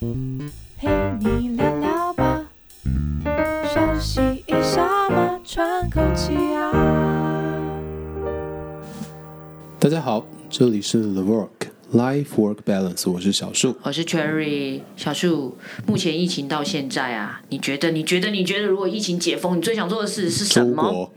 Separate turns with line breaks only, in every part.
陪你聊聊吧，休息一下嘛，喘口气啊。
大家好，这里是 The Work Life Work Balance，我是小树。
我是 Cherry 小树。目前疫情到现在啊，你觉得？你觉得？你觉得？如果疫情解封，你最想做的事是什
出
么？
国，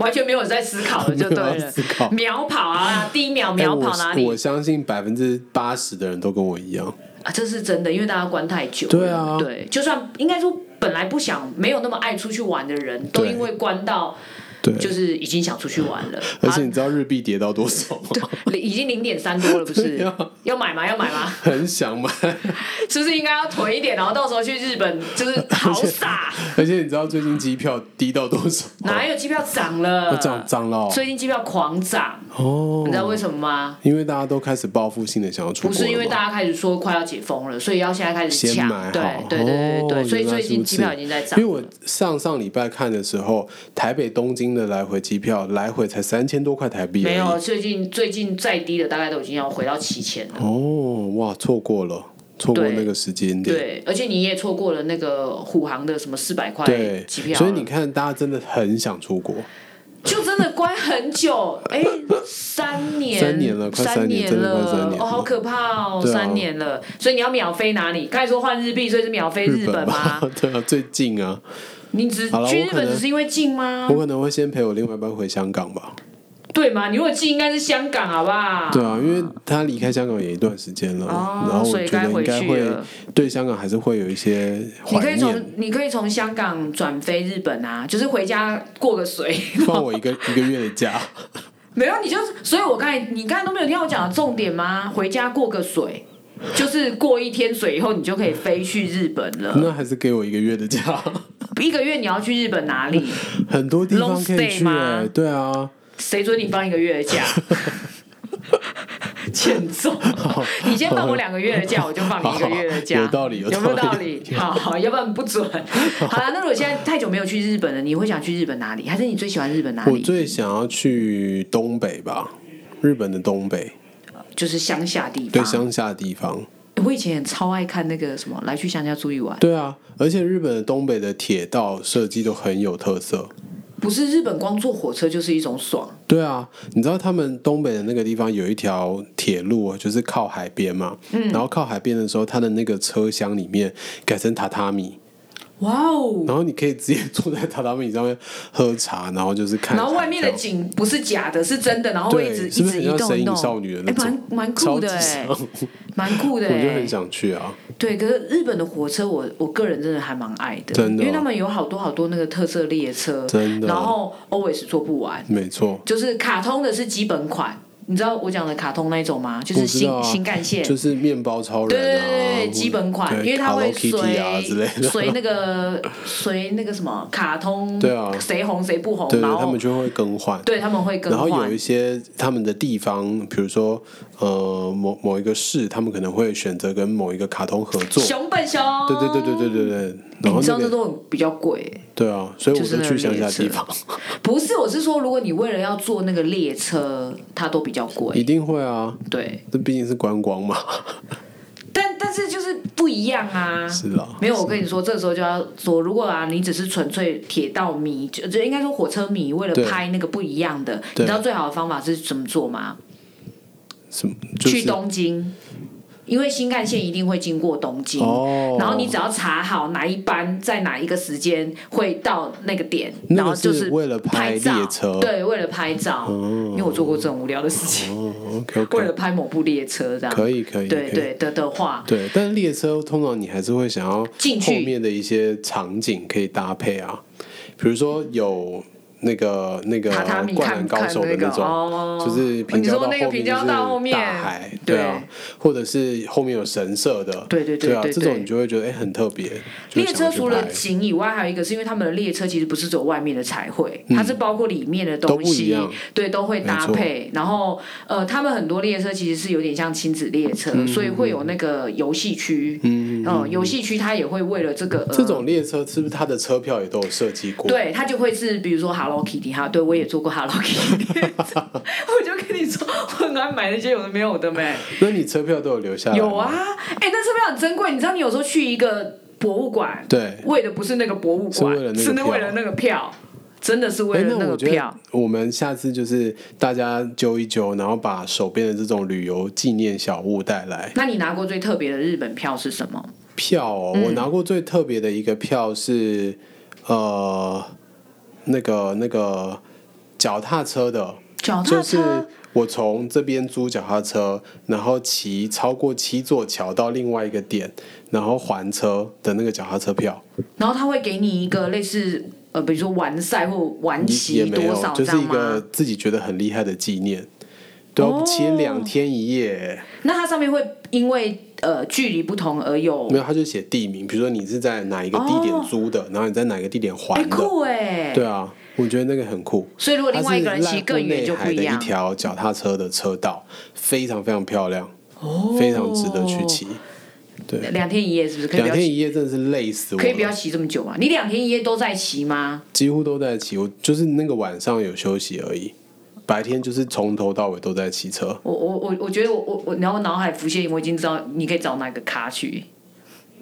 完全没有在思考了，就 对
没有在
了
思考。
秒跑啊，第一秒
哎
秒跑哪里
我我相信百分之八十的人都跟我一样，
啊？这是真的，因为大家关太久了。
对啊
对，就算应该说本来不想、没有那么爱出去玩的人，都
对
因为关到
对，
就是已经想出去玩了。
而且你知道日币跌到多少吗？
啊已经零点三多了，不
对
是
啊？
要买吗？要买吗？
很想买，
是不是应该要囤一点，然后到时候去日本 就是好傻？
而且你知道最近机票低到多少吗？
哪有机票涨了？
哦涨涨了哦
最近机票狂涨，
哦
你知道为什么吗？
因为大家都开始报复性的想要出
不
国
是因为
家
大家开始说快要解封了，所以要现在开始
先
抢
买，
对
好，
对对对
哦
对，所以
原来
最
如
近
此
机票已经在涨
因为。我上上礼拜看的时候，台北东京的来回机票来回才三千多块台币而已，
没有，最近最近再低的大概都已经要回到七千了。
哦，哇，错过了，错过
对
那个时间点。
对，而且你也错过了那个虎航的什么四百块
对
机票了，
所以你看，大家真的很想出国，
就真的关 很久，哎，三年，
三年了快三
三
年
年
真的快
了，
三年了
哦，好可怕哦，
对啊
三年了，所以你要秒飞哪里？刚才说换日币，所以是秒飞日
本吧
吗？？
对啊，最近啊，
你只
好了
去
我
日
可
本
能
只是因为近吗
我？可能会先陪我另外一半回香港吧。
对吗？你如果近，应该是香港，好不好？
对啊，因为他离开香港也一段时间了，
哦
呃然后我
所以
觉得
该
应
回
该
去
会
了
对香港还是会有一些
你可
怀
以从
念。
你可以从香港转飞日本啊，就是回家过个水。
放我一个一个月的假，
没有，你就是，所以我刚才你刚才都没有听到我讲的重点吗？回家过个水，就是过一天水以后，你就可以飞去日本了。
那还是给我一个月的假。
一个月你要去日本哪里？
很多地方
Long
可以
stay
去、
吗
欸，对啊，
谁准你放一个月 的假？欠揍！你先放我两个月的假，我就放你一个月的假，
有道理有
有
道理
没有道 理？好好，要不然不准。好啦，那如果现在太久没有去日本了，你会想去日本哪里？还是你最喜欢日本哪
我
里？
最想要去东北吧，日本的东北，
就是乡下地
对
方。
乡下地方。
我以前也超爱看那个什么《来去乡下住一晚》，
对啊，而且日本的东北的铁道设计都很有特色。
不是日本光坐火车就是一种爽。
对啊，你知道他们东北的那个地方有一条铁路，哦就是靠海边嘛。嗯。然后靠海边的时候，它的那个车厢里面改成榻榻米，
哇哦！
然后你可以直接坐在榻榻米上面喝茶，然后就是看海这样。
然后外面的景不是假的，是真的，然后会一直
对，是
一
不是
直
很
移
像
动
神
移
隐
动，
少女的那
哎
种？
蛮蛮酷的
超级
哎
像，
蛮酷的
我就
哎
很。想去啊。
对，可是日本的火车我，我个人真的还蛮爱的，
真的哦
因为他们有好多好多那个特色列车，
真的哦
然后 always 坐不完，
没错，
就是卡通的是基本款，你知道我讲的卡通那一种吗？就是
我知
新、
道啊
新干线。
就是面包超
对对
人啊，
对对，
或
基本款，
对
因为它会
Hello
随
Kitty 啊之类的，
随那个随那个什么卡通，
对啊
谁红谁不红，
对
然
对，他
后
们就会更换。
对他们会更
然后
换，
有一些他们的地方，比如说呃某某一个市，他们可能会选择跟某一个卡通合作。
熊本熊，
对对对对对对对，然后
你知
那
道这
个
都很比较贵欸、
对啊，所以我
就是
就
那个
去乡下
列车
地方，
不是，我是说，如果你为了要坐那个列车，它都比较
一
贵。
定会啊，
对，
这毕竟是观光嘛，
但但是就是不一样啊。
是啦，
没有，我跟你说，这时候就要说，如果啊，你只是纯粹铁道迷，就就应该说火车迷，为
对
了拍那个不一样的，
对
你知道最好的方法是怎么做吗？
什么就是
去东京，因为新干线一定会经过东京，
哦，
然后你只要查好哪一班在哪一个时间会到那个点，
那个
然后就是
为了拍
照
列车
对，为了拍照，因为我做过这种无聊的事情，
哦 OK
为了
OK，
拍某部列车这样，
可以可以，
对
可以
对的的话，
对，但是列车通常你还是会想要
进
后
去
面的一些场景可以搭配啊，比如说有那个那个
榻榻米
灌篮
看
高
看
手的
那
那
个
种，
哦，
就是平
你
交
说
道
那个平交道后
后面
面
就是大海，
对
啊，或者是后面有神社的，
对对对
对啊，
对
这
对
种你就会觉得哎很特别。就
列
想
车
去
除了
拍
景以外，还有一个是因为他们的列车其实不是只有外面的彩绘，它是包括里面的
嗯都
东
不一
西
样，
对，都会搭
没错
配。然后呃，他们很多列车其实是有点像亲子列车，
嗯
所以会有那个游戏区，嗯，游戏区它也会为了这个、呃、
这种列车，是不是它的车票也都有设计过？
对，它就会是比如说，好， Hello Kitty 哈，对我也做过 Hello Kitty，我 就跟你说，我很爱买那些有的没有的呗。
那你车票都有留下来？
有啊，，哎、那车票很珍贵，你知道你有时候去一个博物馆，
对
为的不是那个博物
是为
馆，
了那个
是那
票
为了那个票，真的是为
哎，
了
那
个
我觉
票
得。我们下次就是大家揪一揪，然后把手边的这种旅游纪念小物带来。
那你拿过最特别的日本票是什么？
票、哦，
嗯
我拿过最特别的一个票是，呃，那个那个脚踏车的，
哦脚踏车、
就是我从这边租脚踏车，然后骑超过七座桥到另外一个点，然后还车的那个脚踏车票，
然后他会给你一个类似呃，比如说完赛或完
也
骑
没
多
有
少，
就
这
是
样
一个
吗？
自己觉得很厉害的纪念。对啊，
哦
骑两天一夜，
那它上面会因为呃距离不同而有
没，有，他就写地名，比如说你是在哪一个地点租的，然后你在哪个地点
哦哎、
还的，
酷哎、
对啊，我觉得那个很酷。
所以如果另
它
外
是
一个人骑更远就不
濑户内海的
一样。
条脚踏车的车道非常非常漂亮，
哦
非常值得去骑。对，
两天一夜是不是？可以不
两
要
天
骑，
一夜啊真的是累死我
可以不要
了，
骑这么久吗？你两天一夜都在骑吗？
几乎都在骑。我就是那个晚上有休息而已，白天就是从头到尾都在骑车。
我我我我觉得我我我，然后脑海浮现，我已经知道你可以找哪个咖去，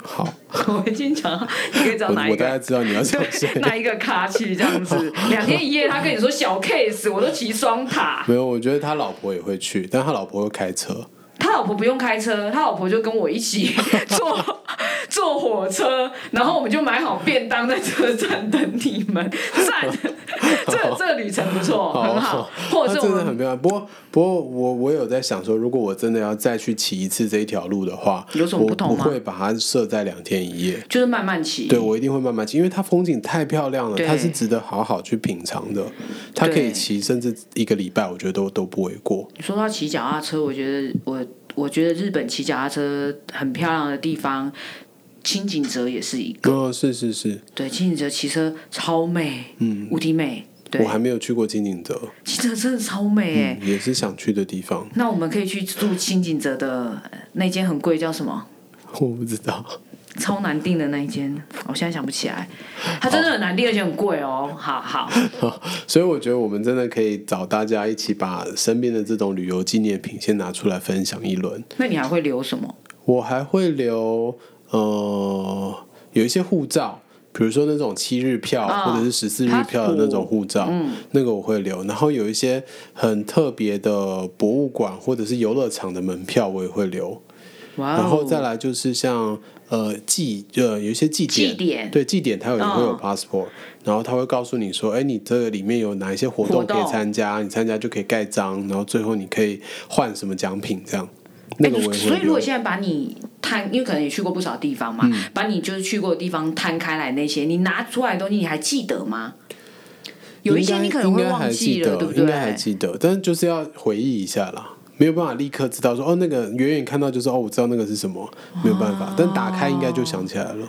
好，
我已经想到你可以找
我
哪
我大
一个
概知道你要 讲谁。
哪一个咖去这 样子，两天一夜，他跟你说小 case，我都骑双塔。
没有，我觉得他老婆也会去，但他老婆会开车。
他老婆不用开车，他老婆就跟我一起 坐坐火车，然后我们就买好便当在车站等你们。赞，这这个旅程不错，很好。或
他
者 是我
真的很
们
漂亮。不过，不过我我有在想说，如果我真的要再去骑一次这一条路的话，
有什么
我
不同吗
会把它设在两天一夜。
就是慢慢骑，
对，我一定会慢慢骑，因为它风景太漂亮了，
对
它是值得好好去品尝的。它可以
对
骑，甚至一个礼拜，我觉得都都不为过。
你说到骑脚踏车，我觉得我我觉得日本骑脚踏车很漂亮的地方，清景泽也是一个。
哦，是是是，
对，清景泽骑车超美，嗯，无敌美。对
我，还没有去过金井泽，
清景泽真的超美哎、
嗯也是想去的地方。
那我们可以去住清景泽的呃那间很贵，叫什么？
我不知道，
超难订的那一间，我现在想不起来。它真的很难订，而且很贵哦。好好，
所以我觉得我们真的可以找大家一起把身边的这种旅游纪念品先拿出来分享一轮。
那你还会留什么？
我还会留呃有一些护照，比如说那种七日票、
啊
或者是十四日票的那种护照，
嗯
那个我会留。然后有一些很特别的博物馆或者是游乐场的门票，我也会留。
哇哦！
然后再来就是像呃祭呃有一些祭典，
祭典
对祭典它有会有
嗯
passport，、然后它会告诉你说，哎，你这个里面有哪一些活
活
动可
动
以参
哦
加，你参加就可以盖章，然后最后你可以换什么奖品这样。那
哎，
个我也会留。嗯
所以如果现在把你摊，因为可能也去过不少地方嘛，把你就是去过的地方摊开来那些，你拿出来的东西，你还记得吗？有一些你可能会忘记
应
了，
该
对不
应该还
对？
记得，但是就是要回忆一下啦，没有办法立刻知道说哦，那个远远看到就是哦，我知道那个是什么，没有办法，
啊
但打开应该就想起来了。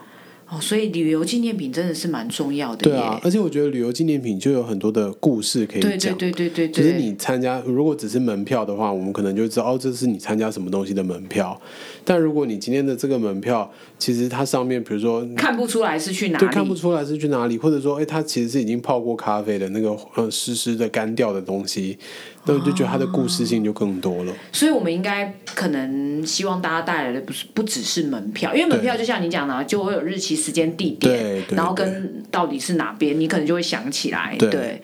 哦，所以旅游纪念品真的是蛮重要的
对
耶。
啊，而且我觉得旅游纪念品就有很多的故事可以
对对
讲。
对对对
就
对，
是你参加，如果只是门票的话，我们可能就知道哦，这是你参加什么东西的门票。但如果你今天的这个门票，其实它上面，比如说
看不出来是去哪
对，看不
里，
出来是去哪里，或者说，哎，它其实是已经泡过咖啡的那个呃湿湿的干掉的东西，那我就觉得它的故事性就更多了。
所以我们应该可能希望大家带来的不是不只是门票，因为门票
对
就像你讲的啊，就会有日期、时间、地
对
点，
对
然后
对
跟到底是哪边，你可能就会想起来。
对
对，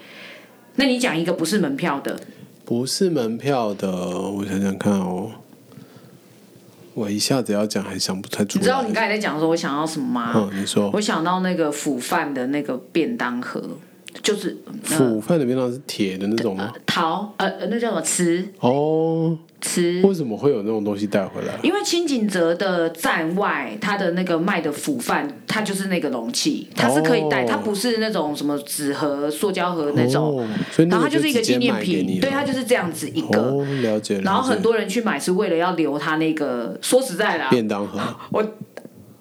那你讲一个不是门票的，
不是门票的，我想想看哦，我一下子要讲还想不太出来。
你知道你刚才在讲说我想要什么吗？
嗯，你说
我想到那个腐饭的那个便当盒，就是
腐饭的便当是铁的那种吗？
陶呃呃那叫什么瓷
哦，
瓷
为什么会有那种东西带回来？
因为清景泽的站外，它的那个卖的腐饭，它就是那个容器，它是可以带，
哦
它不是那种什么纸盒、塑胶盒那种，
哦，所以
然
那
后
个
它就是一个
直接
纪念
卖给你
品，
了
对，它就是这样子一个。
哦，了解了解。
然后很多人去买是为了要留它那个，说实在啦，
便当盒，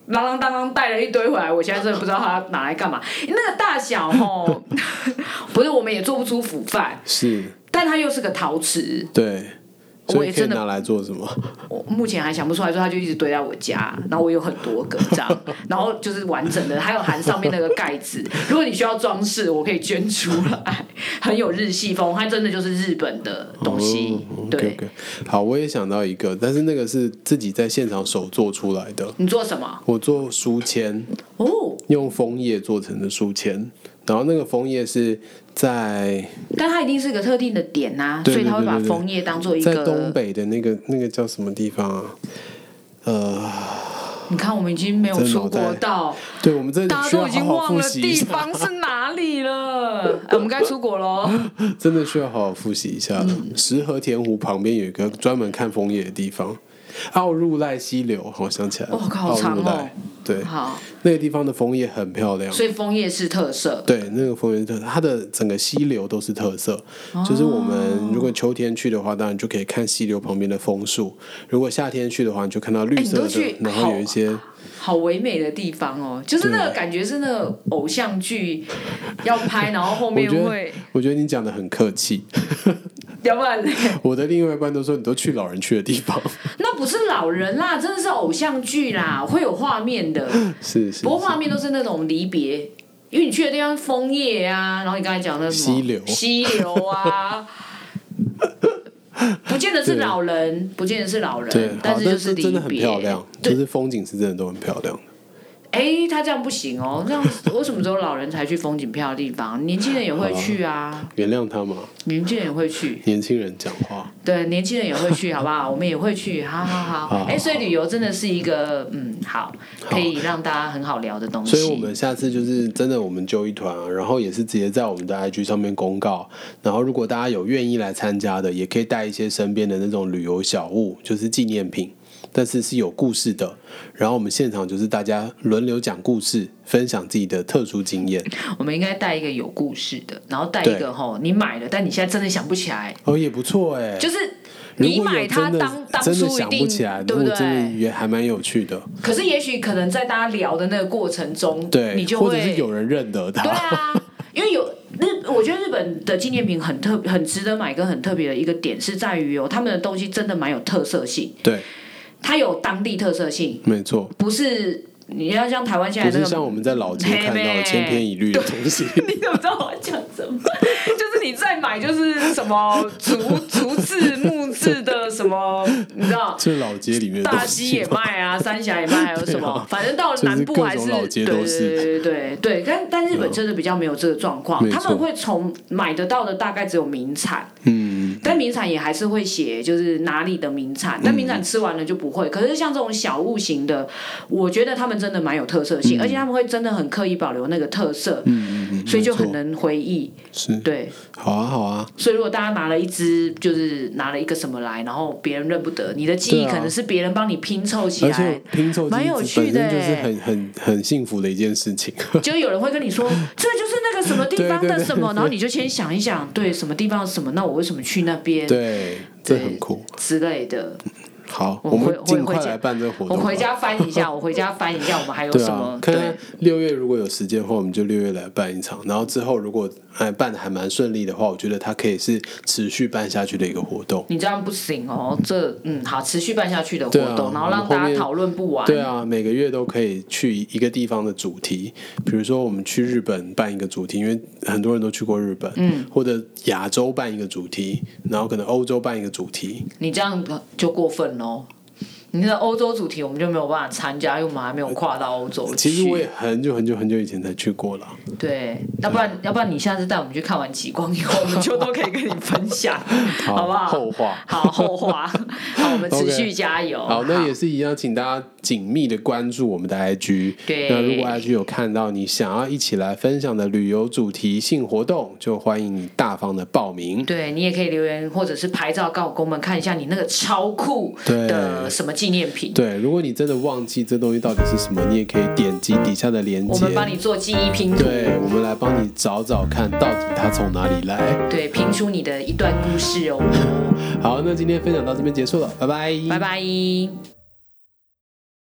啷啷当当带了一堆回来，我现在真的不知道它拿来干嘛。那个大小吼， 不是我们也做不出腐饭，
是
但它又是个陶瓷，
对。所
我
以
也
可以
真的
拿来做什么？
我目前还想不出来，所以它就一直堆在我家，然后我有很多个这样，然后就是完整的，还有含上面那个盖子。如果你需要装饰，我可以捐出来，很有日系风，它真的就是日本的东西。
o k
对
o，k 哦好，我也想到一个，但是那个是自己在现场手做出来的。
你做什么？
我做书签，
哦，
用枫叶做成的书签，然后那个枫叶是在
但它一定是一个特定的点呐、
对
所以它会
对对
把
对
枫叶当做一
在东
个。
北的那个那个叫什么地方啊？呃，
你看，我们已经没有
这
出
脑袋
国到，
对，我们这里
大家
需
都
要
已
好
经
好
忘
复
了
习一
地
下，
方是哪里了。哎我们该出国喽。
真的需要好好复习一下。
嗯
石河田湖旁边有一个专门看枫叶的地方，奥入濑溪流，我想起来了，
哦好长
奥入
哦
濑，对，
好，
那个地方的枫叶很漂亮。
所以枫叶是特色。
对，那个枫叶特，它的整个溪流都是特色。
哦
就是我们如果秋天去的话，当然就可以看溪流旁边的枫树；如果夏天去的话，你就看到
哎
绿
你
色
都
的
去，
然后有一些
好啊唯美的地方哦，就是那个感觉是那个偶像剧要拍，然后后面
我觉得
会，
我觉得你讲的很客气。
要不然
我的另外一半都说你都去老人去的地方，
那不是老人啦，真的是偶像剧啦，会有画 面的，
是是
不过画面都是那种离别。因为你去的地方枫叶啊，然后你刚才讲的什么
溪流
溪流 啊，不见得是
对
老人，不见得是老
对，
人
好，
但是就
真
离
的很
别，
漂亮，就是风景是真的都很漂亮。
哎，他这样不行哦，这样为什么只有老人才去风景漂亮的地方？年轻人也会去啊，
原谅他嘛，
年轻人也会去，
年轻人讲话，
对，年轻人也会去，好 不好？我们也会去，好好好。
好
哎，所以旅游真的是一个嗯，好，可以让大家很好聊的东西。
所以我们下次就是真的我们揪一团啊，然后也是直接在我们的 IG 上面公告，然后如果大家有愿意来参加的，也可以带一些身边的那种旅游小物，就是纪念品。但是是有故事的，然后我们现场就是大家轮流讲故事，分享自己的特殊经验，
我们应该带一个有故事的，然后带一
对
个吼，你买了，但你现在真的想不起来，
哦，也不错哎、
就是
如
你
果
买
有
它
真的
当当
真的
初一
想不
定
起来，
对不
如果真的
对？
也还蛮有趣的，
可是也许可能在大家聊的那个过程中，
对，
你就
或者
会
是有人认得
对
它，
啊，因为有日，我觉得日本的纪念品很特，很值得买，跟很特别的一个点是在于哦，他们的东西真的蛮有特色性，
对，
它有当地特色性，
没错，
不是你要像台湾现
不
在那
是
个，
像我们在老街
嘿
看到
咩
的千篇一律的东西，
你怎么知道我要讲什么？ 就是你在买就是什么竹竹制木制的什么，你知道。
就是老街里面的东
大溪
西
也
嘛。
卖啊， 三峡也卖，还有什么？
对啊
反正到了南部还
就是是各种老街
对
都是嗯
对对对对，但但日本真的比较没有这个状况，
没
他
错
们会从买得到的大概只有名产，
嗯，
但名产也还是会写就是哪里的名产，但名
嗯
产吃完了就不会。可是像这种小物型的，我觉得他们真的蛮有特色性，而且他们会真的很刻意保留那个特色，
嗯嗯
所以就
没错
很能回忆。
是
对，
好啊，好啊，
所以如果大家拿了一只，就是拿了一个什么来，然后别人认不得，你的记忆
对啊
可能是别人帮你拼凑起
而
来，
且拼凑机
蛮
制
有
本
趣
身
的
就是
欸
很很很幸福的一件事 情。
就有人会跟你说，这就是那个什么地方
对对
的
对
什么，然后你就先想一想，对，什么地方什么，那我为什么去那边
对，这很酷。
之类的。
好，
我
我们
回我
尽
回
快
家
来办这个活
我
动吧。
回家翻一下， 我回家翻一下，我们还有
对
什
啊
么？，
看
对
看六月如果有时间的话，我们就六月来办一场。然后之后如果哎办的还蛮顺利的话，我觉得它可以是持续办下去的一个活动。
你这样不行哦，这嗯好，持续办下去的活
对啊
动，然后让
我们后
大家
面
讨论不完。
对啊，每个月都可以去一个地方的主题，比如说我们去日本办一个主题，因为很多人都去过日本，嗯，或者亚洲办一个主题，然后可能欧洲办一个主题，
你这样就过分喽。你的欧洲主题我们就没有办法参加，因为我们还没有跨到欧洲
其
去。
实我也很久很久很久以前才去过了。
对，要不然要不然你下次带我们去看完极光以后， 我们就都可以跟你分享， 好不好？
哦后话
好后 话，好，我们持续
OK
加油。
好，那也是一样，请大家紧密的关注我们的 IG。
对
那如果 IG 有看到你想要一起来分享的旅游主题性活动，就欢迎你大方的报名。
对你也可以留言或者是拍照告诉我们看一下你那个超酷
对
的什么纪念品，
对，如果你真的忘记这东西到底是什么，你也可以点击底下的链
我
接
们。帮你做记忆拼图，
对，我们来帮你找找看，到底它从哪里来。
对，拼出 你的一段故事哦。
好，那今天分享到这边结束了，拜拜，
拜拜。